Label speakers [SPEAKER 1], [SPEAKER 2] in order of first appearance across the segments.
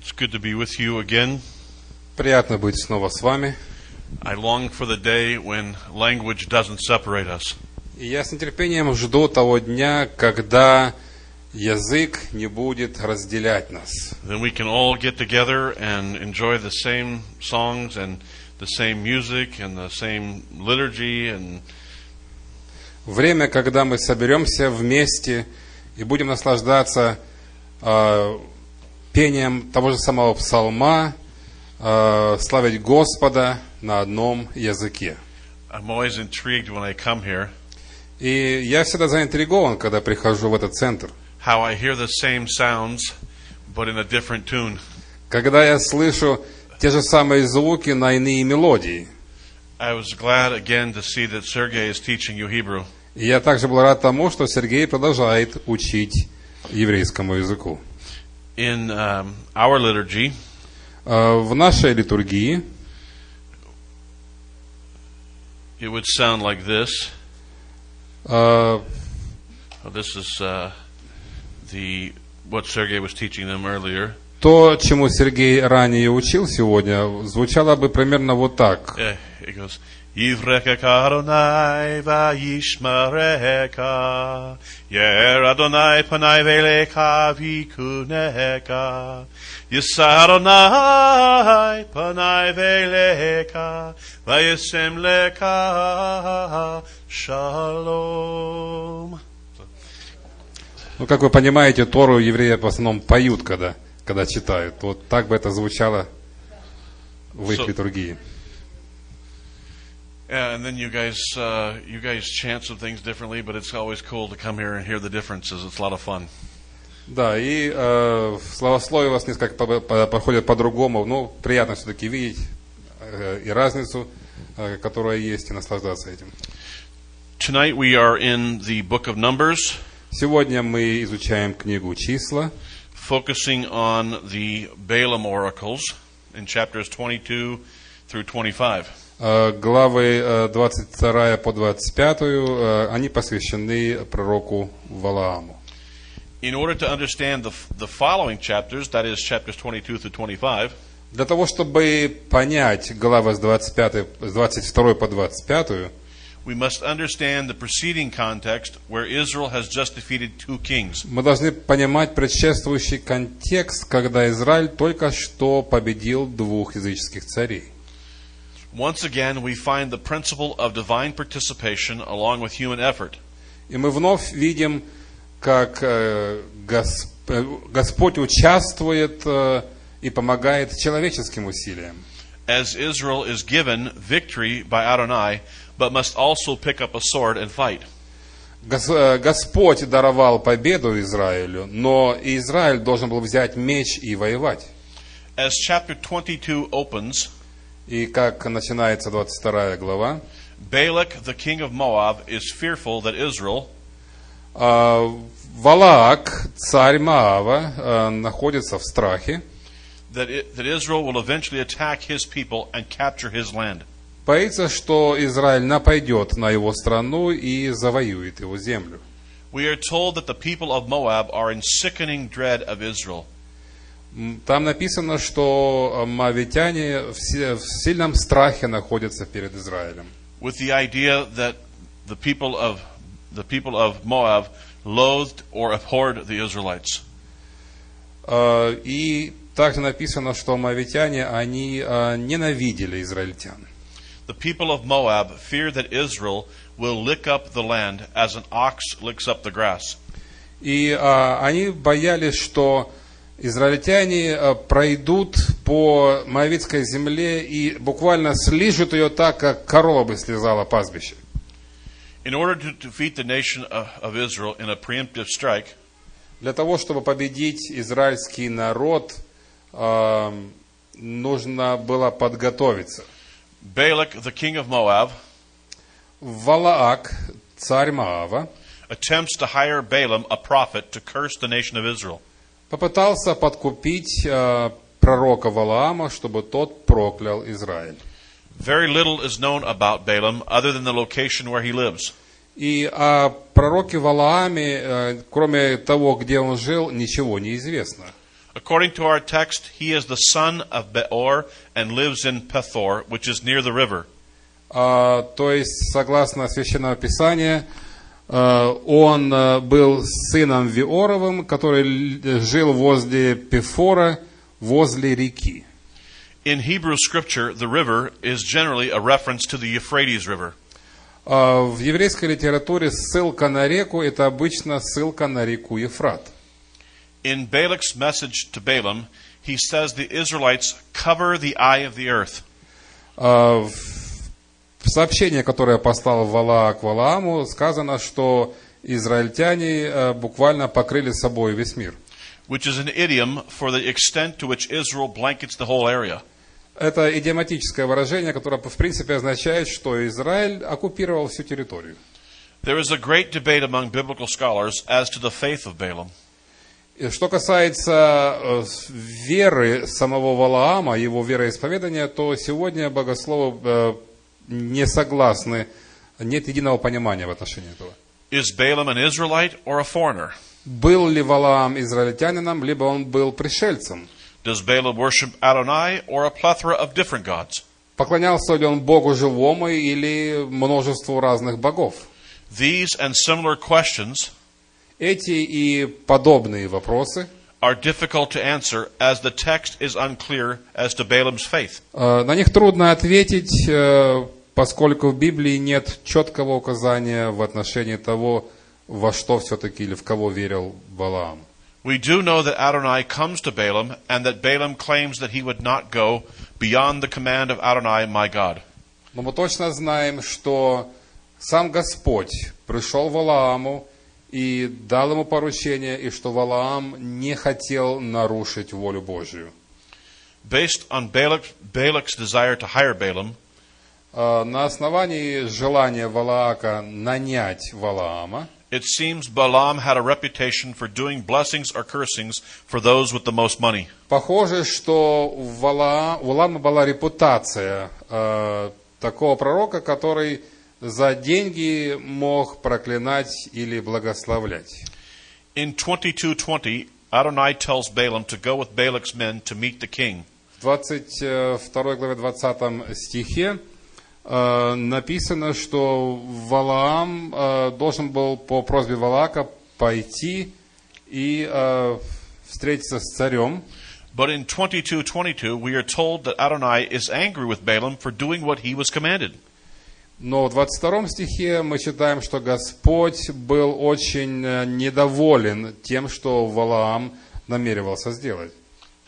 [SPEAKER 1] It's good to be with you again.
[SPEAKER 2] Приятно быть снова с вами.
[SPEAKER 1] I long for the day when language doesn't separate us.
[SPEAKER 2] И я с нетерпением жду того дня, когда язык не будет разделять нас.
[SPEAKER 1] Then we can all get together and enjoy the same songs and the same music and the same liturgy and
[SPEAKER 2] Время, когда мы соберемся вместе и будем наслаждаться э, пением того же самого псалма, э, славить Господа на одном языке.
[SPEAKER 1] I'm always intrigued when I come here
[SPEAKER 2] И я всегда заинтригован, когда прихожу в этот центр.
[SPEAKER 1] how I hear the same sounds but in a different tune.
[SPEAKER 2] Когда я слышу те же самые звуки на иные мелодии.
[SPEAKER 1] I was glad again to see that Sergei is teaching you Hebrew.
[SPEAKER 2] И я также был рад тому, что Сергей продолжает учить еврейскому языку.
[SPEAKER 1] In um, our liturgy,
[SPEAKER 2] Э, В нашей литургии
[SPEAKER 1] it would sound like this.
[SPEAKER 2] э,
[SPEAKER 1] Oh, This is uh, the what Sergei was teaching them earlier.
[SPEAKER 2] то, чему Сергей ранее учил сегодня, звучало бы примерно вот так.
[SPEAKER 1] Eh, it goes, Yivreka Adonai vayishmareka, Yer Adonai panai veleka vikuneka, Yis Adonai panai veleka, vayisem leka shalom.
[SPEAKER 2] Ну, как вы понимаете, Тору евреи в основном поют, когда, когда читают. Вот так бы это звучало в их
[SPEAKER 1] Со-
[SPEAKER 2] литургии.
[SPEAKER 1] And then you guys, uh, you guys chant some things differently, but it's always cool to come here and hear the differences. It's a lot of fun.
[SPEAKER 2] Да, и э, словословие у вас несколько по- по- проходит по-другому. Ну, приятно все-таки видеть э, и разницу, э, которая есть, и наслаждаться этим.
[SPEAKER 1] Tonight we are in the book of Numbers,
[SPEAKER 2] Сегодня мы изучаем книгу «Числа»,
[SPEAKER 1] focusing on the Balaam oracles in chapters 22 through 25.
[SPEAKER 2] э, главы э, 22 по 25, э, они посвящены пророку Валааму.
[SPEAKER 1] In order to understand the, the following chapters, that is chapters 22 through 25,
[SPEAKER 2] Для того, чтобы понять главы с, 25, с 22 по 25,
[SPEAKER 1] we must understand the preceding context where Israel has just defeated two kings.
[SPEAKER 2] мы должны понимать предшествующий контекст, когда Израиль только что победил двух языческих царей.
[SPEAKER 1] Once again, we find the principle of divine participation along with human effort.
[SPEAKER 2] И мы вновь видим, как э, Гос- э, Господь участвует э, и помогает человеческим усилиям.
[SPEAKER 1] As Israel is given victory by Adonai, but must also pick up a sword and fight.
[SPEAKER 2] Гос- э, Господь даровал победу Израилю, но и Израиль должен был взять меч и воевать.
[SPEAKER 1] As chapter 22 opens,
[SPEAKER 2] И как начинается 22 глава,
[SPEAKER 1] Balak, the king of Moab, is fearful that Israel,
[SPEAKER 2] э, Валаак, царь Маава, э, находится в страхе,
[SPEAKER 1] that, it, that Israel will eventually attack his people and capture his land.
[SPEAKER 2] боится, что Израиль нападет на его страну и завоюет его землю.
[SPEAKER 1] We are told that the people of Moab are in sickening dread of Israel.
[SPEAKER 2] М, Там написано, что э, мавитяне в си- в сильном страхе находятся перед Израилем.
[SPEAKER 1] with the idea that the people of the people of Moab loathed or abhorred the Israelites.
[SPEAKER 2] Э, И также написано, что мавитяне, они э, ненавидели израильтян.
[SPEAKER 1] The people of Moab fear that Israel will lick up the land as an ox licks up the grass.
[SPEAKER 2] И э, они боялись, что израильтяне э, пройдут по моавитской земле и буквально слижут ее так, как корова бы слезала пастбище.
[SPEAKER 1] In order to defeat the nation of, of Israel in a preemptive strike,
[SPEAKER 2] Для того, чтобы победить израильский народ, э, нужно было подготовиться.
[SPEAKER 1] Balak, the king of Moab,
[SPEAKER 2] Валаак, царь Маава,
[SPEAKER 1] attempts to hire Balaam, a prophet, to curse the nation of Israel.
[SPEAKER 2] попытался подкупить э, пророка Валаама, чтобы тот проклял Израиль.
[SPEAKER 1] Very little is known about Balaam other than the location where he lives.
[SPEAKER 2] И о пророке Валааме, э, кроме того, где он жил, ничего не известно.
[SPEAKER 1] According to our text, he is the son of Beor and lives in Pethor, which is near the river.
[SPEAKER 2] А, то есть, согласно Священного Писания, э, он э, был сыном Виоровым, который л- жил возле Пефора, возле реки.
[SPEAKER 1] In Hebrew scripture, the river is generally a reference to the Euphrates River.
[SPEAKER 2] А В еврейской литературе ссылка на реку – это обычно ссылка на реку Ефрат.
[SPEAKER 1] In Balak's message to Balaam, he says the Israelites cover the eye of the earth.
[SPEAKER 2] А В в сообщении, которое послал Валаак Валааму, сказано, что израильтяне э, буквально покрыли собой весь мир.
[SPEAKER 1] which is an idiom for the extent to which Israel blankets the whole area.
[SPEAKER 2] Это идиоматическое выражение, которое, в принципе, означает, что Израиль оккупировал всю территорию.
[SPEAKER 1] There is a great debate among biblical scholars as to the faith of Balaam.
[SPEAKER 2] И Что касается э, с- веры самого Валаама, его вероисповедания, то сегодня богословы э, не согласны, нет единого понимания в отношении этого.
[SPEAKER 1] Is Balaam an Israelite or a foreigner?
[SPEAKER 2] Был ли Валаам израильтянином, либо он был пришельцем?
[SPEAKER 1] Does Balaam worship Adonai or a plethora of different gods?
[SPEAKER 2] Поклонялся ли он Богу живому или множеству разных богов?
[SPEAKER 1] These and similar questions
[SPEAKER 2] Эти и подобные вопросы
[SPEAKER 1] are difficult to answer as the text is unclear as to Balaam's faith.
[SPEAKER 2] Э, На них трудно ответить, э, поскольку в Библии нет четкого указания в отношении того, во что все-таки или в кого верил Валаам.
[SPEAKER 1] We do know that Adonai comes to Balaam and that Balaam claims that he would not go beyond the command of Adonai, my God.
[SPEAKER 2] Но мы точно знаем, что сам Господь пришел Валааму и дал ему поручение, и что Валаам не хотел нарушить волю Божию.
[SPEAKER 1] Based on Balak, Balak's desire to hire Balaam,
[SPEAKER 2] Э, На основании желания Валаака нанять Валаама,
[SPEAKER 1] it seems Balaam had a reputation for doing blessings or cursings for those with the most money.
[SPEAKER 2] Похоже, что у, Вала, у Лама была репутация э, такого пророка, который за деньги мог проклинать или благословлять.
[SPEAKER 1] In 22:20, Adonai tells Balaam to go with Balak's men to meet the king.
[SPEAKER 2] В 22 главе 20 стихе э, написано, что Валаам э, должен был по просьбе Валаака пойти и э, встретиться с царем.
[SPEAKER 1] But in 22:22, we are told that Adonai is angry with Balaam for doing what he was commanded.
[SPEAKER 2] Но в 22 стихе мы читаем, что Господь был очень э, недоволен тем, что Валаам намеревался сделать.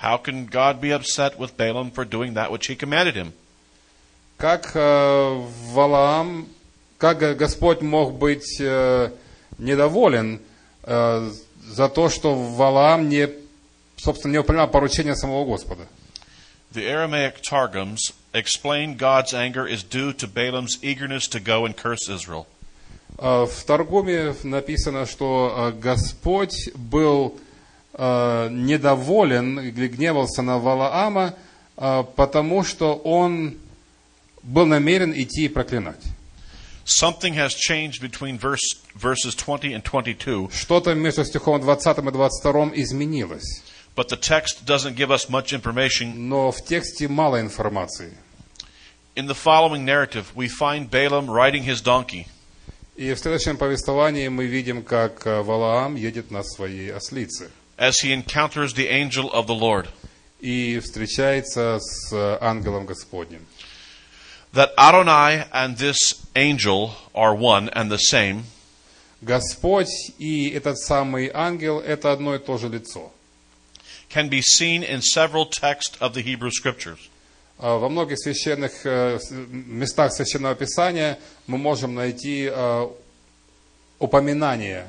[SPEAKER 1] How can God be upset with Balaam for doing that which he commanded him?
[SPEAKER 2] Как э, Валаам, как Го- Господь мог быть э, недоволен э, за то, что Валаам не, собственно, не выполнял поручение самого Господа?
[SPEAKER 1] The Aramaic Targums explain God's anger is due to Balaam's eagerness to go and curse Israel.
[SPEAKER 2] Э, В Торгуме написано, что э, Господь был э, недоволен или гневался на Валаама, э, потому что он был намерен идти и проклинать.
[SPEAKER 1] Something has changed between verse, verses 20 and 22,
[SPEAKER 2] Что-то между стихом 20 и 22 изменилось,
[SPEAKER 1] but the text doesn't give us much information.
[SPEAKER 2] но в тексте мало информации.
[SPEAKER 1] In the following narrative, we find Balaam riding his donkey.
[SPEAKER 2] И в следующем повествовании мы видим, как э, Валаам едет на своей ослице
[SPEAKER 1] As he encounters the angel of the Lord,
[SPEAKER 2] и встречается с э, ангелом Господним.
[SPEAKER 1] that Adonai and this angel are one and the same,
[SPEAKER 2] Господь и этот самый ангел – это одно и то же лицо.
[SPEAKER 1] can be seen in several texts of the Hebrew Scriptures.
[SPEAKER 2] А Во многих священных э, с- местах Священного Писания мы можем найти э, упоминание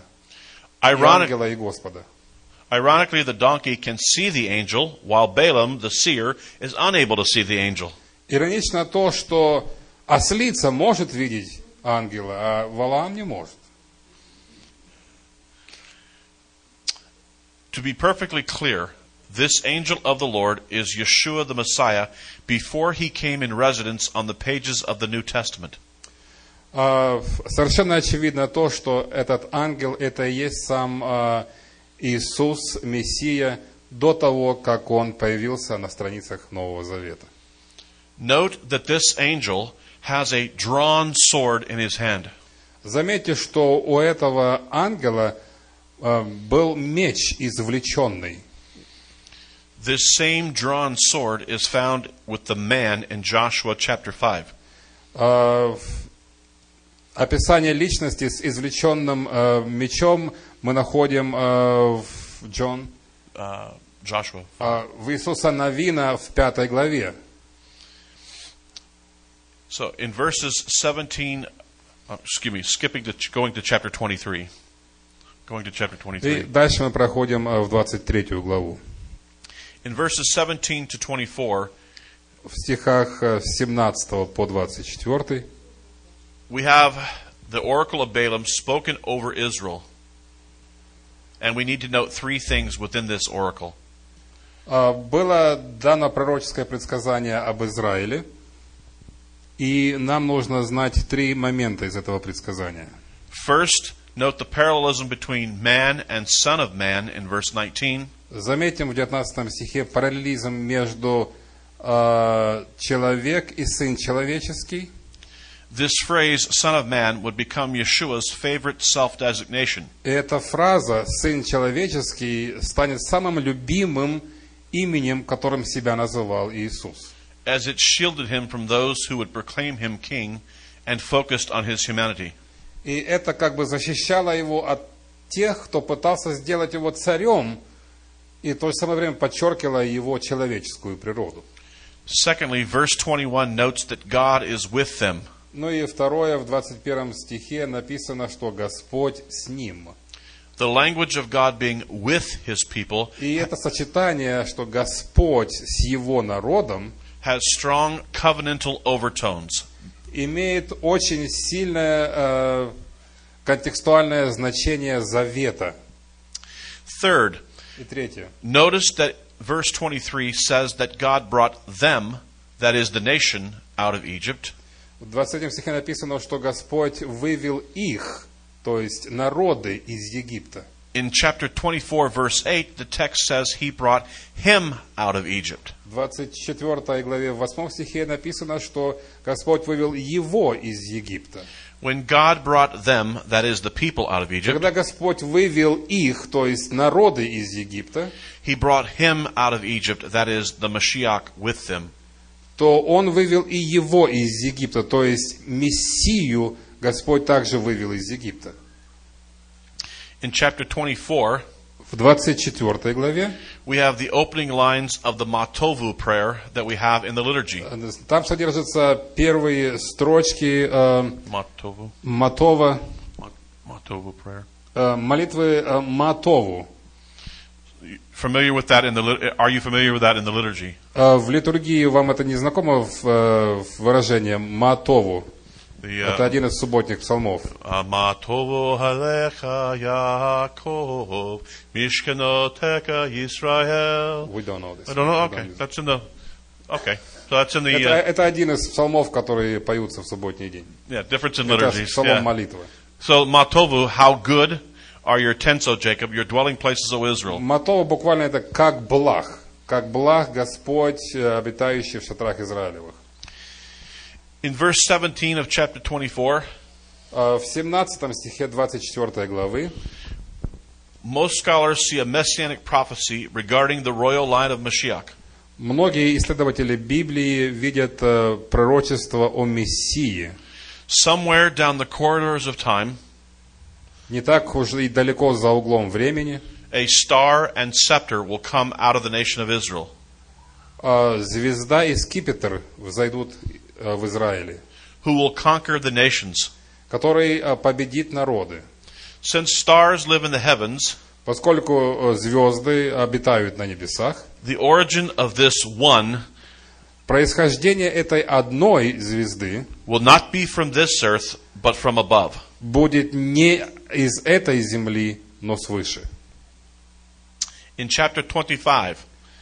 [SPEAKER 2] и
[SPEAKER 1] Ironic,
[SPEAKER 2] ангела и Господа.
[SPEAKER 1] ironically, the donkey can see the angel, while Balaam, the seer, is unable to see the angel.
[SPEAKER 2] Иронично то, что ослица может видеть ангела, а Валаам не может.
[SPEAKER 1] To be perfectly clear, this angel of the Lord is Yeshua the Messiah before he came in residence on the pages of the New Testament.
[SPEAKER 2] А, в- Совершенно очевидно то, что этот ангел – это и есть сам а, Иисус, э, Мессия, до того, как он появился на страницах Нового Завета.
[SPEAKER 1] Note that this angel has a drawn sword in his hand.
[SPEAKER 2] Заметьте, что у этого ангела э, был меч извлеченный.
[SPEAKER 1] This same drawn sword is found with the man in Joshua chapter 5.
[SPEAKER 2] Э, в- Описание личности с извлеченным э, мечом мы находим э, в Джон,
[SPEAKER 1] Uh, Joshua.
[SPEAKER 2] э, в Иисуса Навина в пятой главе.
[SPEAKER 1] So in verses 17, uh, excuse me, skipping to going to chapter 23. Going to chapter
[SPEAKER 2] И
[SPEAKER 1] 23.
[SPEAKER 2] дальше мы проходим э, в 23 главу.
[SPEAKER 1] In verses 17 to 24,
[SPEAKER 2] В стихах э, с 17 по 24
[SPEAKER 1] we have the oracle of Balaam spoken over Israel. And we need to note three things within this oracle.
[SPEAKER 2] э, было дано пророческое предсказание об Израиле, и нам нужно знать три момента из этого предсказания.
[SPEAKER 1] First, note the parallelism between man and son of man in verse 19.
[SPEAKER 2] Заметим в 19 стихе параллелизм между э, человек и сын человеческий.
[SPEAKER 1] This phrase, son of man, would become Yeshua's favorite self designation.
[SPEAKER 2] И эта фраза «сын человеческий» станет самым любимым именем, которым себя называл Иисус.
[SPEAKER 1] as it shielded him from those who would proclaim him king and focused on his humanity.
[SPEAKER 2] И это как бы защищало его от тех, кто пытался сделать его царем, и в то же самое время подчеркивало его человеческую природу.
[SPEAKER 1] Secondly, verse 21 notes that God is with them.
[SPEAKER 2] Ну и второе, в 21 стихе написано, что Господь с ним.
[SPEAKER 1] The language of God being with his people
[SPEAKER 2] И это сочетание, что Господь с его народом,
[SPEAKER 1] has strong covenantal overtones.
[SPEAKER 2] имеет очень сильное э, контекстуальное значение завета.
[SPEAKER 1] Third,
[SPEAKER 2] И третье.
[SPEAKER 1] notice that verse 23 says that God brought them, that is the nation, out of Egypt.
[SPEAKER 2] В 23 стихе написано, что Господь вывел их, то есть народы из Египта.
[SPEAKER 1] In chapter 24, verse 8, the text says he brought him out of Egypt.
[SPEAKER 2] В 24 главе, в 8 стихе написано, что Господь вывел его из Египта.
[SPEAKER 1] When God brought them, that is the people, out of Egypt,
[SPEAKER 2] Когда Господь вывел их, то есть народы из Египта,
[SPEAKER 1] He brought him out of Egypt, that is, the Mashiach with them.
[SPEAKER 2] то Он вывел и его из Египта, то есть Мессию Господь также вывел из Египта.
[SPEAKER 1] In chapter 24,
[SPEAKER 2] В 24 главе
[SPEAKER 1] we have the opening lines of the Matovu prayer that we have in the liturgy.
[SPEAKER 2] э, там содержатся первые строчки э,
[SPEAKER 1] Matovu,
[SPEAKER 2] Матова,
[SPEAKER 1] Matovu prayer.
[SPEAKER 2] э, молитвы э, Матову.
[SPEAKER 1] Familiar with that in the lit- are you familiar with that in the liturgy?
[SPEAKER 2] Э, В литургии вам это не знакомо в, э, в выражение Матову.
[SPEAKER 1] The
[SPEAKER 2] Это
[SPEAKER 1] uh,
[SPEAKER 2] один из субботних псалмов.
[SPEAKER 1] uh, Matovu halecha Yaakov Mishkanoteka Yisrael.
[SPEAKER 2] We don't know this.
[SPEAKER 1] I don't know.
[SPEAKER 2] We don't
[SPEAKER 1] Okay,
[SPEAKER 2] use it.
[SPEAKER 1] that's in the okay. So that's in the
[SPEAKER 2] Это,
[SPEAKER 1] uh,
[SPEAKER 2] это один из псалмов, которые поются в субботний день.
[SPEAKER 1] yeah difference in
[SPEAKER 2] Это
[SPEAKER 1] liturgies.
[SPEAKER 2] псалом
[SPEAKER 1] yeah.
[SPEAKER 2] молитвы.
[SPEAKER 1] So Matovu, how good are your tents, O Jacob, your dwelling places, O Israel?
[SPEAKER 2] Матова буквально это как благ. Как благ Господь, э, обитающий в шатрах Израилевых.
[SPEAKER 1] In verse 17 of chapter 24,
[SPEAKER 2] Э, В 17 стихе 24 главы
[SPEAKER 1] most scholars see a messianic prophecy regarding the royal line of Mashiach.
[SPEAKER 2] многие исследователи Библии видят э, пророчество о Мессии.
[SPEAKER 1] Somewhere down the corridors of time,
[SPEAKER 2] Не так уж и далеко за углом времени.
[SPEAKER 1] a star and scepter will come out of the nation of Israel.
[SPEAKER 2] э, Звезда и скипетр взойдут э, в Израиле,
[SPEAKER 1] Who will conquer the nations?
[SPEAKER 2] который э, победит народы.
[SPEAKER 1] Since stars live in the heavens,
[SPEAKER 2] Поскольку э, звезды обитают на небесах,
[SPEAKER 1] the origin of this one
[SPEAKER 2] происхождение этой одной звезды
[SPEAKER 1] will not be from this earth, but from above.
[SPEAKER 2] будет не из этой земли, но свыше.
[SPEAKER 1] In chapter 25,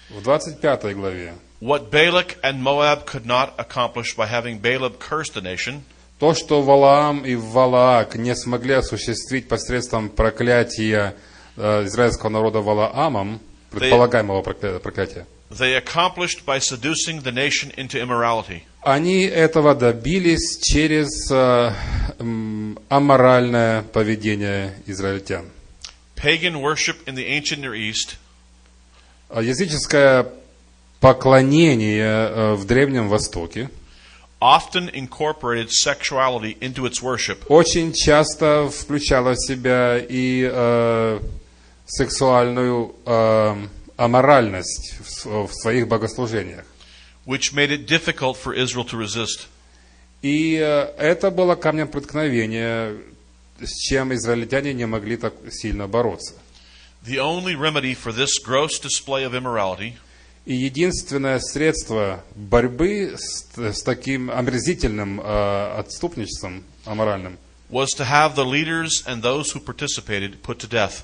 [SPEAKER 2] В 25 главе.
[SPEAKER 1] What Balak and Moab could not accomplish by having Balaam curse the nation,
[SPEAKER 2] То, что Валаам и Валаак не смогли осуществить посредством проклятия э, израильского народа Валаамом, предполагаемого прокля- проклятия.
[SPEAKER 1] They accomplished by seducing the nation into immorality.
[SPEAKER 2] Они этого добились через э, м, аморальное поведение израильтян.
[SPEAKER 1] Pagan worship in the ancient Near East
[SPEAKER 2] А Языческое поклонение э, в Древнем Востоке
[SPEAKER 1] often incorporated sexuality into its worship.
[SPEAKER 2] очень часто включало в себя и э, сексуальную э, аморальность в с- в своих богослужениях.
[SPEAKER 1] which made it difficult for Israel to resist.
[SPEAKER 2] И э, это было камнем преткновения, с чем израильтяне не могли так сильно бороться.
[SPEAKER 1] The only remedy for this gross display of immorality
[SPEAKER 2] И единственное средство борьбы с, с таким омерзительным э, отступничеством аморальным
[SPEAKER 1] was to have the leaders and those who participated put to death.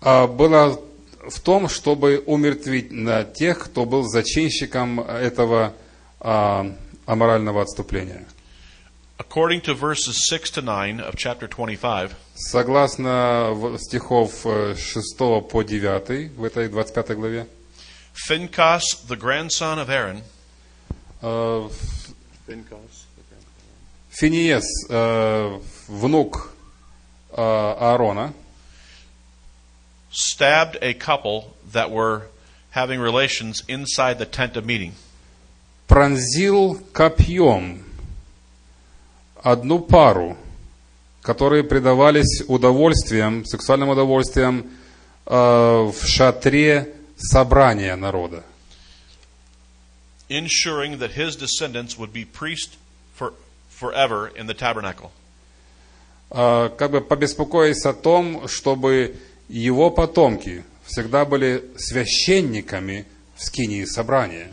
[SPEAKER 2] а, было в том, чтобы умертвить на тех, кто был зачинщиком этого а, аморального отступления.
[SPEAKER 1] According to verses 6 to 9 of chapter 25,
[SPEAKER 2] Согласно в- стихов э, 6 по 9 в этой 25 главе,
[SPEAKER 1] Phinehas, the grandson of Aaron,
[SPEAKER 2] э, Финиес, э, внук э, Аарона,
[SPEAKER 1] stabbed a couple that were having relations inside the tent of meeting.
[SPEAKER 2] пронзил копьем одну пару, которые предавались удовольствиям, сексуальным удовольствиям э, в шатре собрания народа,
[SPEAKER 1] Ensuring that his descendants would be priests for, forever in the tabernacle.
[SPEAKER 2] Э, как бы побеспокоясь о том, чтобы его потомки всегда были священниками в скинии собрания.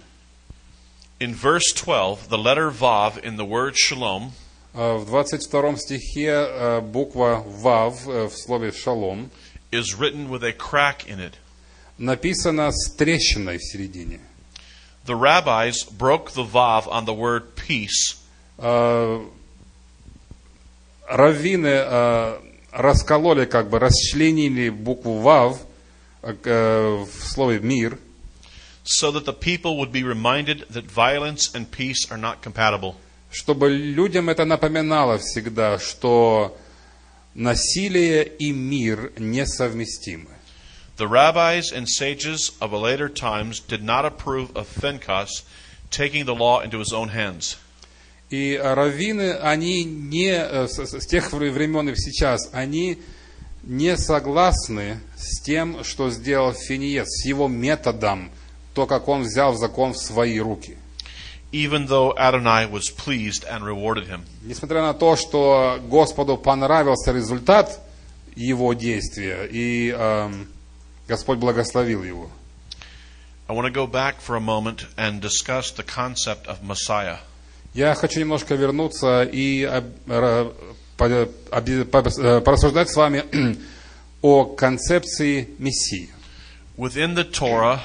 [SPEAKER 1] In verse 12, the letter Vav in the word shalom
[SPEAKER 2] Э, В 22 стихе э, буква «Вав» э, в слове «шалом»
[SPEAKER 1] is written with a crack in it.
[SPEAKER 2] написана с трещиной в середине.
[SPEAKER 1] The rabbis broke the vav on the word peace
[SPEAKER 2] Э, Раввины э, раскололи, как бы расчленили букву «Вав» э, к- э, в слове «мир»,
[SPEAKER 1] so that the people would be reminded that violence and peace are not compatible.
[SPEAKER 2] чтобы людям это напоминало всегда, что насилие и мир несовместимы.
[SPEAKER 1] The rabbis and sages of later times did not approve of Phinehas taking the law into his own hands.
[SPEAKER 2] И раввины, они не, э, с, с- с тех вре- времен и сейчас, они не согласны с тем, что сделал Финиес, с его методом, то, как он взял закон в свои руки.
[SPEAKER 1] Even though Adonai was pleased and rewarded him.
[SPEAKER 2] Несмотря на то, что Господу понравился результат его действия, и эм, Господь благословил его.
[SPEAKER 1] I want to go back for a moment and discuss the concept of Messiah.
[SPEAKER 2] Я хочу немножко вернуться и об- ра- по- оби- по- э, порассуждать с вами о концепции Мессии.
[SPEAKER 1] Within the Torah,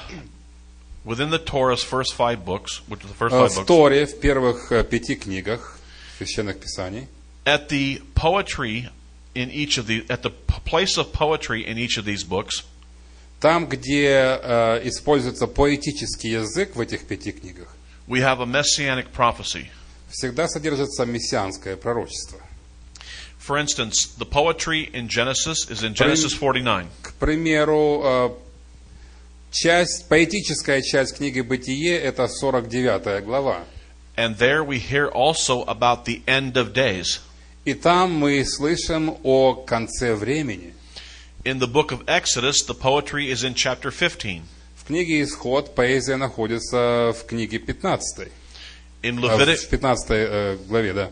[SPEAKER 1] within the Torah's first five books, which are the first
[SPEAKER 2] Э,
[SPEAKER 1] five
[SPEAKER 2] в
[SPEAKER 1] books,
[SPEAKER 2] Торе, в первых э, пяти книгах священных писаний,
[SPEAKER 1] at the poetry in each of the at the p- place of poetry in each of these books
[SPEAKER 2] там, где э, используется поэтический язык в этих пяти книгах,
[SPEAKER 1] we have a messianic prophecy
[SPEAKER 2] всегда содержится мессианское пророчество.
[SPEAKER 1] for instance the poetry in genesis is in genesis 49
[SPEAKER 2] К примеру, э, часть, поэтическая часть книги «Бытие» — это 49 глава.
[SPEAKER 1] and there we hear also about the end of days
[SPEAKER 2] И там мы слышим о конце времени.
[SPEAKER 1] in the book of exodus the poetry is in chapter 15
[SPEAKER 2] В книге «Исход» поэзия находится в книге 15,
[SPEAKER 1] in,
[SPEAKER 2] э,
[SPEAKER 1] Levit-
[SPEAKER 2] в 15 э, главе, да.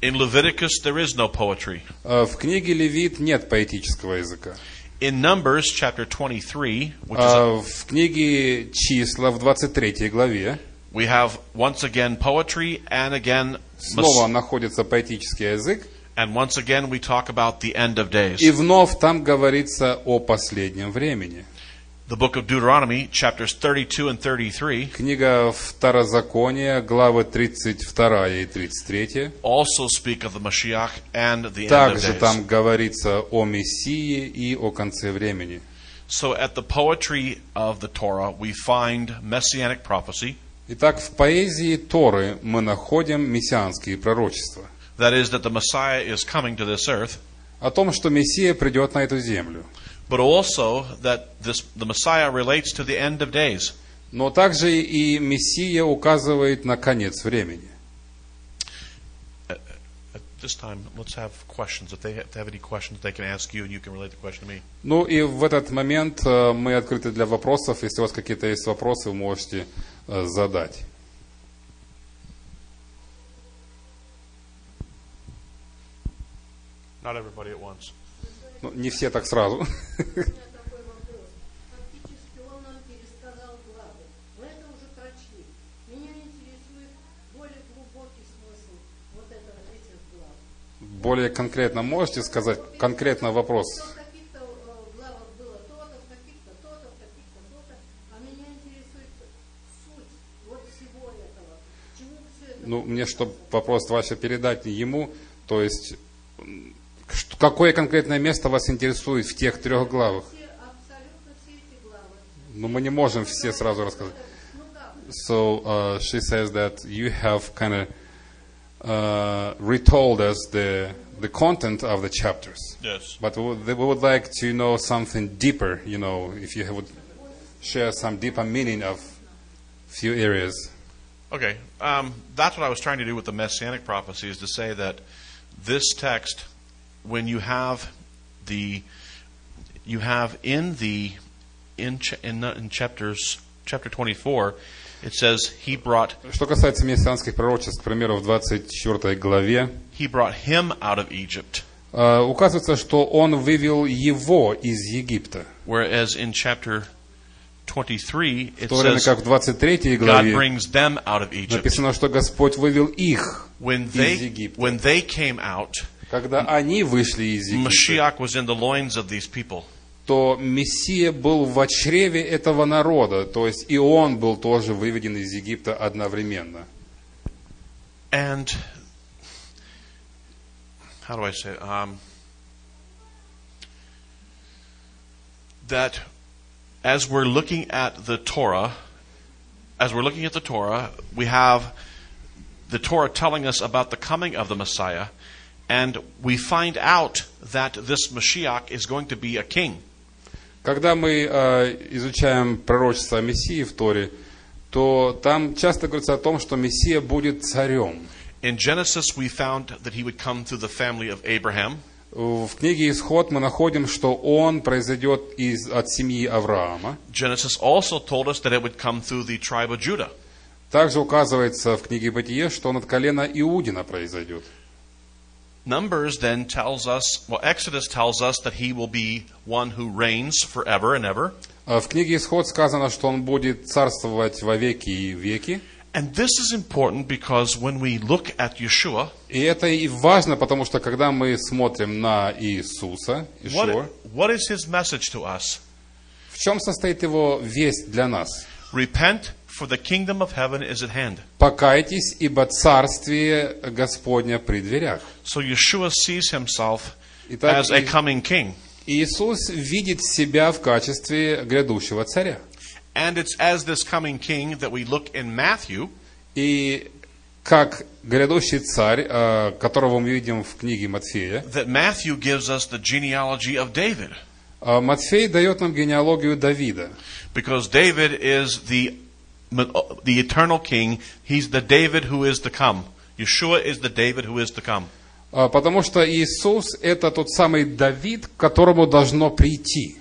[SPEAKER 1] in leviticus there is no poetry
[SPEAKER 2] Э, В книге «Левит» нет поэтического языка.
[SPEAKER 1] in numbers chapter 23 which is a,
[SPEAKER 2] А В книге «Числа» в 23 главе
[SPEAKER 1] we have once again poetry and again
[SPEAKER 2] снова
[SPEAKER 1] mess-
[SPEAKER 2] находится поэтический язык,
[SPEAKER 1] and once again we talk about the end of days
[SPEAKER 2] и вновь там говорится о последнем времени.
[SPEAKER 1] The book of Deuteronomy, chapters 32 and 33,
[SPEAKER 2] Книга Второзакония, главы 32 и 33,
[SPEAKER 1] also speak of the Mashiach and the end of
[SPEAKER 2] также
[SPEAKER 1] days.
[SPEAKER 2] там говорится о Мессии и о конце времени.
[SPEAKER 1] So at the poetry of the Torah, we find messianic prophecy.
[SPEAKER 2] Итак, в поэзии Торы мы находим мессианские пророчества
[SPEAKER 1] That is, that the Messiah is coming to this earth,
[SPEAKER 2] о том, что Мессия придет на эту землю.
[SPEAKER 1] but also that this, the Messiah relates to the end of days.
[SPEAKER 2] Но также и Мессия указывает на конец времени.
[SPEAKER 1] At this time, let's have questions. If they have, if they have any questions, they can ask you, and you can relate the question to me.
[SPEAKER 2] Ну и в этот момент э, мы открыты для вопросов. Если у вас какие-то есть вопросы, вы можете э, задать.
[SPEAKER 1] Not everybody at once.
[SPEAKER 2] Ну, не все так сразу.
[SPEAKER 3] меня такой вопрос. Фактически он нам пересказал главу. Мы это уже прочли. Меня интересует более глубокий смысл вот этого этих глав.
[SPEAKER 2] Более конкретно можете сказать, конкретно вопрос.
[SPEAKER 3] То в каких-то э, главах было то-то, в каких-то то-то, в каких-то то-то. А меня интересует суть вот всего этого. К Чему все это?
[SPEAKER 2] Ну, мне, чтобы вопрос ваш передать ему, то есть, м, что- какое конкретное место вас интересует в тех трех главах?
[SPEAKER 3] Все, абсолютно все эти главы.
[SPEAKER 2] Ну, мы не можем все сразу рассказать.
[SPEAKER 3] Ну как?
[SPEAKER 2] So uh, she says that you have kind of uh, retold us the the content of the chapters,
[SPEAKER 1] Yes.
[SPEAKER 2] but we would, we would like to know something deeper. You know, if you would share some deeper meaning of few areas.
[SPEAKER 1] Okay, um, that's what I was trying to do with the messianic prophecy is to say that this text, when you have the, you have in the, in ch- in, the- in chapters chapter twenty four, it says he brought
[SPEAKER 2] Что касается мессианских пророчеств, к примеру, в 24 главе
[SPEAKER 1] he brought him out of Egypt,
[SPEAKER 2] э, указывается, что он вывел его из Египта.
[SPEAKER 1] whereas in chapter twenty three it
[SPEAKER 2] В то время
[SPEAKER 1] says
[SPEAKER 2] как в 23
[SPEAKER 1] God
[SPEAKER 2] главе
[SPEAKER 1] brings them out of Egypt.
[SPEAKER 2] написано, что Господь вывел их.
[SPEAKER 1] When
[SPEAKER 2] из
[SPEAKER 1] they
[SPEAKER 2] Египта.
[SPEAKER 1] when they came out,
[SPEAKER 2] Когда они вышли из Египта,
[SPEAKER 1] Mashiach was in the loins of these people.
[SPEAKER 2] то Мессия был в чреве этого народа, то есть и он был тоже выведен из Египта одновременно.
[SPEAKER 1] and how do I say it? Um, that as we're looking at the Torah, as we're looking at the Torah, we have the Torah telling us about the coming of the Messiah, and we find out that this Mashiach is going to be a king.
[SPEAKER 2] Когда мы э, изучаем пророчество о Мессии в Торе, то там часто говорится о том, что Мессия будет царем.
[SPEAKER 1] In Genesis, we found that he would come through the family of Abraham.
[SPEAKER 2] В книге Исход мы находим, что он произойдет из, от семьи Авраама.
[SPEAKER 1] Genesis also told us that it would come through the tribe of Judah.
[SPEAKER 2] Также указывается в книге Бытие, что он от колена Иудина произойдет.
[SPEAKER 1] Numbers then tells us, well, Exodus tells us that he will be one who reigns forever and ever.
[SPEAKER 2] А В книге Исход сказано, что он будет царствовать во веки и веки.
[SPEAKER 1] And this is important because when we look at Yeshua,
[SPEAKER 2] И это и важно, потому что когда мы смотрим на Иисуса, Ишуа,
[SPEAKER 1] what, what is his message to us?
[SPEAKER 2] в чем состоит его весть для нас?
[SPEAKER 1] Repent, for the kingdom of heaven is at hand.
[SPEAKER 2] Покайтесь, ибо царствие Господня при дверях.
[SPEAKER 1] So Yeshua sees himself
[SPEAKER 2] Итак,
[SPEAKER 1] as a
[SPEAKER 2] И-
[SPEAKER 1] coming king.
[SPEAKER 2] Иисус видит себя в качестве грядущего царя.
[SPEAKER 1] And it's as this coming king that we look in Matthew,
[SPEAKER 2] И как грядущий царь, э, которого мы видим в книге Матфея,
[SPEAKER 1] that Matthew gives us the genealogy of David.
[SPEAKER 2] э, Матфей дает нам генеалогию Давида.
[SPEAKER 1] Because David is the uh, the eternal king. He's the David who is to come. Yeshua is the David who is to come.
[SPEAKER 2] Э, Потому что Иисус – это тот самый Давид, к которому должно прийти.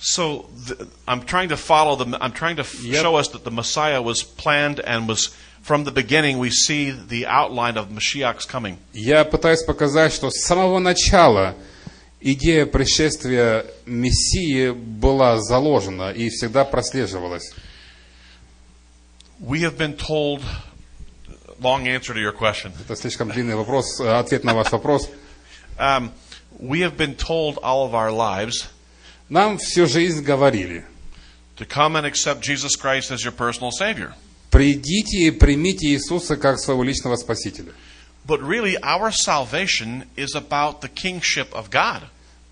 [SPEAKER 1] So th- I'm trying to follow them. I'm trying to f-
[SPEAKER 2] Yep.
[SPEAKER 1] show us that the Messiah was planned and was from the beginning. We see the outline of Mashiach's coming.
[SPEAKER 2] Я пытаюсь показать, что с самого начала идея пришествия Мессии была заложена и всегда прослеживалась.
[SPEAKER 1] We have been told. Long answer to your question.
[SPEAKER 2] Это слишком длинный вопрос, э, ответ на ваш вопрос.
[SPEAKER 1] Um, we have been told all of our lives
[SPEAKER 2] Нам всю жизнь говорили,
[SPEAKER 1] to come and accept Jesus Christ as your personal Savior.
[SPEAKER 2] придите и примите Иисуса как своего личного спасителя.
[SPEAKER 1] But really, our salvation is about the kingship of God.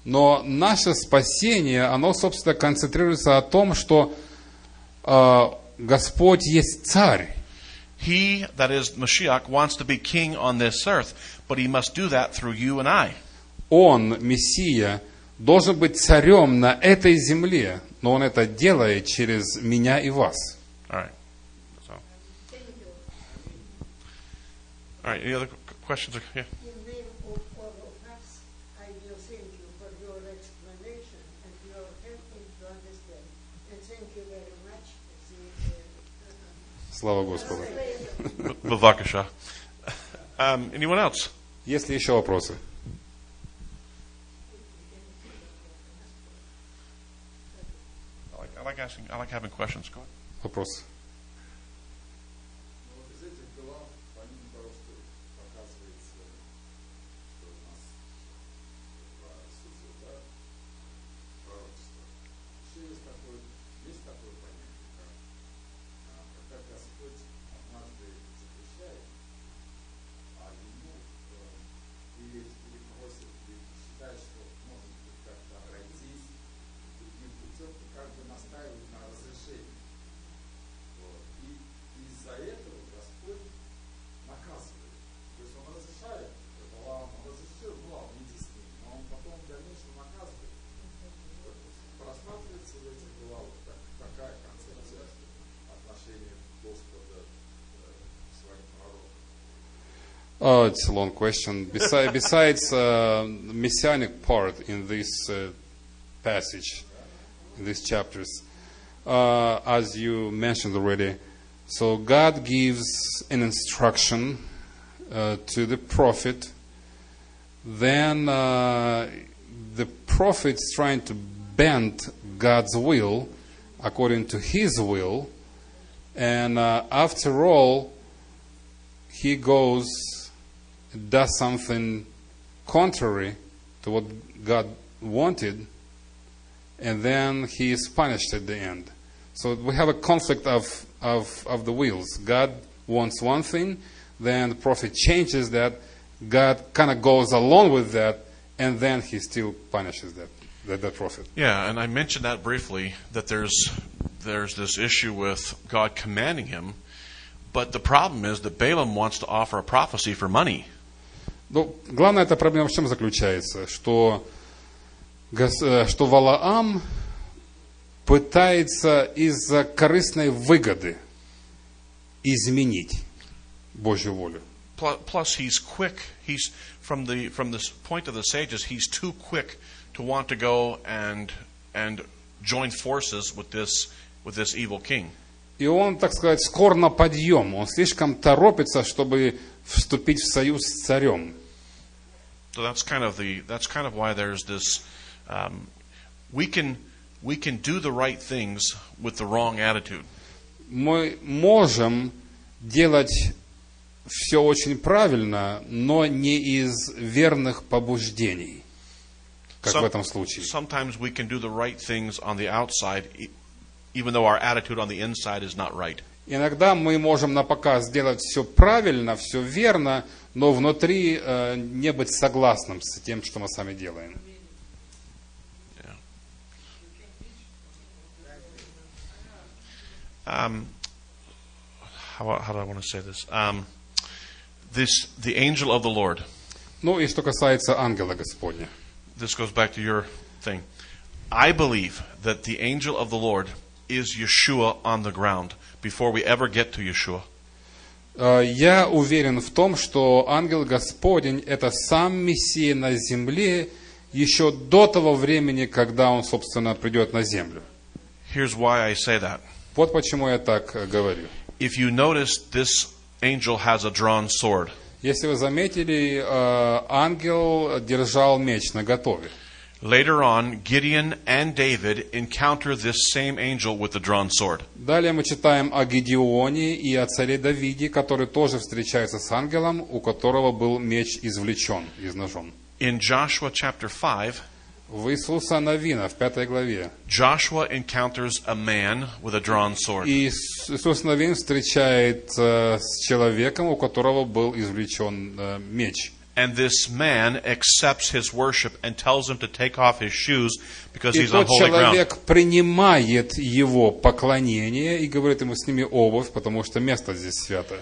[SPEAKER 2] Но наше спасение, оно, собственно, концентрируется о том, что э, Господь есть царь.
[SPEAKER 1] He, that is Mashiach, wants to be king on this earth, but he must do that through you and I.
[SPEAKER 2] Он, Мессия, должен быть царем на этой земле, но он это делает через меня и вас.
[SPEAKER 1] All right. So. All right. Any other qu- questions? Yeah.
[SPEAKER 3] In name of all of us, I will thank you for your explanation and your helping to understand. And thank you very much. The, uh,
[SPEAKER 2] Слава Господу.
[SPEAKER 1] Bavakasha. Um, anyone else?
[SPEAKER 2] Есть ли еще вопросы?
[SPEAKER 1] I like, I like asking. I like having questions. Go ahead.
[SPEAKER 2] Вопросы?
[SPEAKER 4] Но вот из этих глав, по ним просто показывается, что у нас два судьи, да, пророчества. Еще есть такое, есть такое понятие, как, а, когда Господь однажды запрещает, а ему э, или, или просит, или считает, что может быть как-то обойтись другим путем, и как бы настаивает на разрешении. Вот. И из-за этого Господь наказывает. То есть он разрешает, Валаам разрешил, Валаам, иди с ним, но он потом в дальнейшем наказывает. Вот Просматривается в этих главах так, такая концепция отношения Господа э, к своим пророкам.
[SPEAKER 2] Uh, it's a long question. Besi- besides uh, messianic part in this uh, passage, in these chapters, uh, as you mentioned already, so God gives an instruction uh, to the prophet. Then uh, the prophet's trying to bend God's will according to his will, and uh, after all, he goes does something contrary to what God wanted, and then he is punished at the end. So we have a conflict of, of, of the wheels. God wants one thing, then the prophet changes that. God kind of goes along with that, and then he still punishes that, that, that prophet.
[SPEAKER 1] Yeah, and I mentioned that briefly that there's there's this issue with God commanding him, but the problem is that Balaam wants to offer a prophecy for money.
[SPEAKER 2] Ну, главная эта проблема в чем заключается? Что, Гос- э, что Валаам пытается из-за корыстной выгоды изменить Божью волю.
[SPEAKER 1] Pl- Plus, he's quick. He's from the from this point of the sages. He's too quick to want to go and and join forces with this with this evil king.
[SPEAKER 2] И он, так сказать, скор на подъем. Он слишком торопится, чтобы вступить в союз с царем.
[SPEAKER 1] So that's kind of the that's kind of why there's this. Um, we can we can do the right things with the wrong attitude.
[SPEAKER 2] Мы можем делать все очень правильно, но не из верных побуждений, как
[SPEAKER 1] Some-
[SPEAKER 2] в этом случае.
[SPEAKER 1] Sometimes we can do the right things on the outside, e- even though our attitude on the inside is not right.
[SPEAKER 2] Иногда мы можем на показ сделать все правильно, все верно, но внутри э, не быть согласным с тем, что мы сами делаем.
[SPEAKER 1] Um, how, how do I want to say this? Um, this the angel of the Lord.
[SPEAKER 2] Ну и что касается ангела Господня.
[SPEAKER 1] This goes back to your thing. I believe that the angel of the Lord is Yeshua on the ground before we ever get to Yeshua.
[SPEAKER 2] Э, я уверен в том, что ангел Господень – это сам Мессия на земле еще до того времени, когда он, собственно, придет на землю.
[SPEAKER 1] Here's why I say that.
[SPEAKER 2] Вот почему я так э, говорю.
[SPEAKER 1] If you notice, this angel has a drawn sword.
[SPEAKER 2] Если вы заметили, э, ангел держал меч наготове.
[SPEAKER 1] Later on, Gideon and David encounter this same angel with the drawn sword.
[SPEAKER 2] Далее мы читаем о Гедеоне и о царе Давиде, который тоже встречается с ангелом, у которого был меч извлечен из ножом.
[SPEAKER 1] In Joshua chapter 5,
[SPEAKER 2] В Иисуса Новина, в пятой главе.
[SPEAKER 1] Joshua encounters a man with a drawn sword.
[SPEAKER 2] И Ис- Иисус Новин встречает э, с человеком, у которого был извлечен э, меч.
[SPEAKER 1] And this man accepts his worship and tells him to take off his shoes because
[SPEAKER 2] И
[SPEAKER 1] he's on
[SPEAKER 2] тот
[SPEAKER 1] holy ground.
[SPEAKER 2] человек принимает его поклонение и говорит ему, сними обувь, потому что место здесь свято.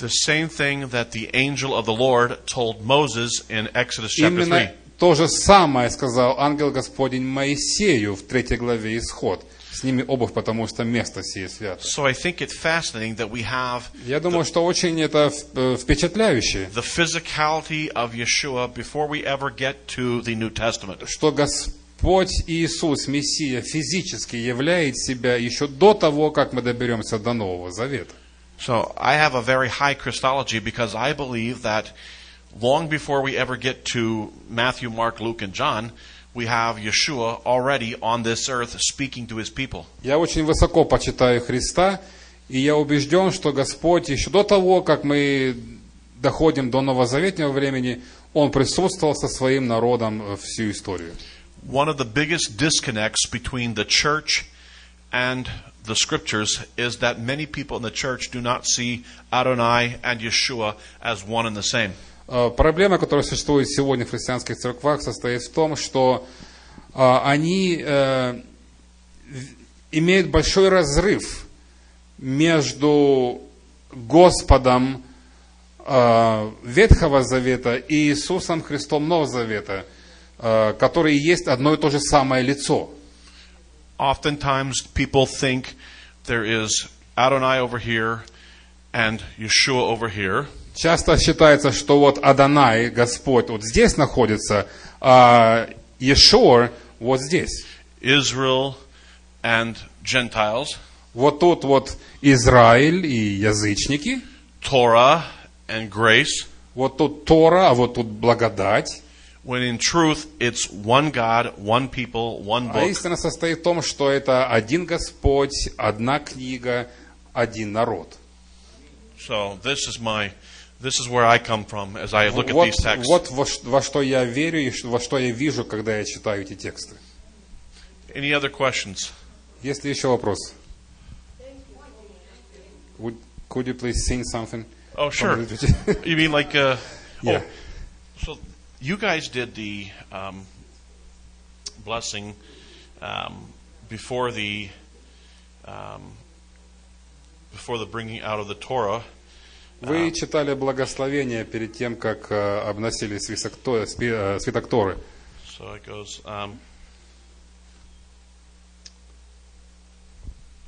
[SPEAKER 1] The same thing that the angel of the Lord told Moses in Exodus chapter 3.
[SPEAKER 2] Именно то же самое сказал ангел Господень Моисею в третьей главе Исход. Сними обувь, потому что место сие свято.
[SPEAKER 1] So I think it's fascinating that we have
[SPEAKER 2] Я думаю, что очень это э, впечатляюще,
[SPEAKER 1] the physicality of Yeshua before we ever get to the New Testament.
[SPEAKER 2] что Господь Иисус, Мессия, физически являет себя еще до того, как мы доберемся до Нового Завета.
[SPEAKER 1] So I have a very high Christology because I believe that long before we ever get to Matthew, Mark, Luke, and John, we have Yeshua already on this earth speaking to his people.
[SPEAKER 2] Я очень высоко почитаю Христа, и я убежден, что Господь еще до того, как мы доходим до новозаветнего времени, Он присутствовал со своим народом э, всю историю.
[SPEAKER 1] One of the biggest disconnects between the church and the scriptures is that many people in the church do not see Adonai and Yeshua as one and the same.
[SPEAKER 2] Э, Проблема, которая существует сегодня в христианских церквах, состоит в том, что а, они э, в- имеют большой разрыв между Господом э, Ветхого Завета и Иисусом Христом Нового Завета, э, которые есть одно и то же самое лицо.
[SPEAKER 1] oftentimes people think there is Adonai over here and Yeshua over here.
[SPEAKER 2] Часто считается, что вот Адонай, Господь, вот здесь находится, а Иешуа вот здесь.
[SPEAKER 1] Israel and Gentiles,
[SPEAKER 2] Вот тут вот Израиль и язычники,
[SPEAKER 1] Torah and grace,
[SPEAKER 2] вот тут Тора, а вот тут благодать.
[SPEAKER 1] when in truth it's one God, one people, one
[SPEAKER 2] А
[SPEAKER 1] book.
[SPEAKER 2] истина состоит в том, что это один Господь, одна книга, один народ.
[SPEAKER 1] So this is my this is where I come from as I look at
[SPEAKER 2] Вот,
[SPEAKER 1] these texts.
[SPEAKER 2] вот во, ш- во что я верю и ш- во что я вижу, когда я читаю эти тексты.
[SPEAKER 1] Any other questions?
[SPEAKER 2] Есть ли еще вопрос? Would- could you please sing something?
[SPEAKER 1] Oh sure. you mean like uh
[SPEAKER 2] Yeah.
[SPEAKER 1] So you guys did the um, blessing um, before the um, before the bringing out of the Torah. а.
[SPEAKER 2] Вы читали благословение перед тем, как э, обносили свисок То- спи- э, свиток Торы.
[SPEAKER 1] So it goes. Um,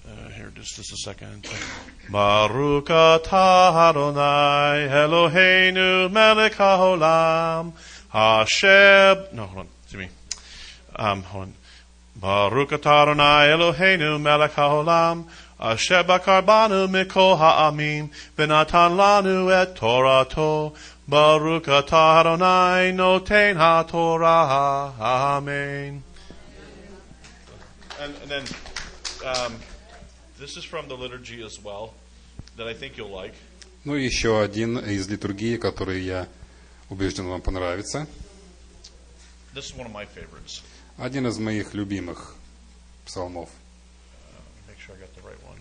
[SPEAKER 1] uh, here, just, just a second. Baruch atah Adonai Eloheinu melech haolam Hashem. No, hold on. Excuse me. Um, hold on. Baruch atah Adonai Eloheinu melech haolam Asher bakarbanu mikol ha'amim V'natan lanu et torato Baruch atah Adonai noten ha'torah Amen And, and then um, this is from the liturgy as well that I think you'll like.
[SPEAKER 2] Ну, еще один из литургии, который я убежден вам понравится.
[SPEAKER 1] This is one of my favorites.
[SPEAKER 2] Один из моих любимых псалмов.
[SPEAKER 1] Make sure I got the right one.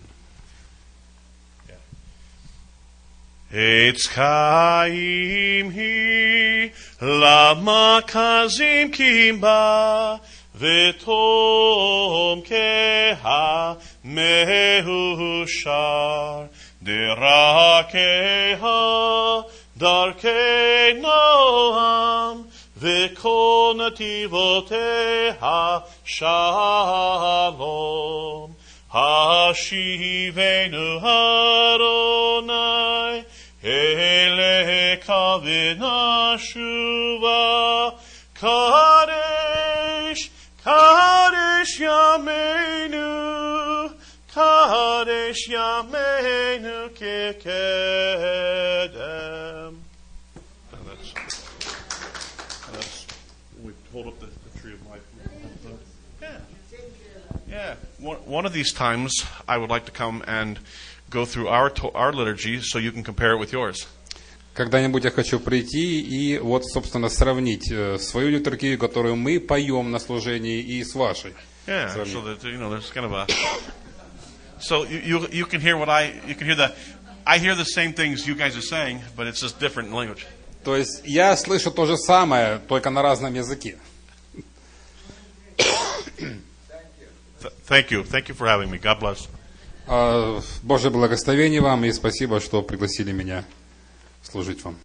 [SPEAKER 1] Yeah. It's Chaim he lama kazim kimba vetom keha mehushar derakeha darkei noam וכל נתיבותיה שלום. השיבנו אדוני אליך ונשובה קדש קדש ימינו קדש ימינו כקדם And that's, and that's we hold up the, the tree of life. Yeah. Yeah. One, one of these times, I would like to come and go through our to- our liturgy so you can compare it with yours.
[SPEAKER 2] Когда-нибудь я хочу прийти и вот, собственно, сравнить э, свою литургию, которую мы поем на служении, и с вашей.
[SPEAKER 1] Yeah.
[SPEAKER 2] Certainly.
[SPEAKER 1] So that you know, there's kind of a. So you, you you can hear what I you can hear the, I hear the same things you guys are saying, but it's just different language.
[SPEAKER 2] То есть я слышу то же самое, только на разном языке.
[SPEAKER 1] Th- thank you. Thank you for having me. God bless.
[SPEAKER 2] А, Божье благословение вам и спасибо, что пригласили меня служить вам.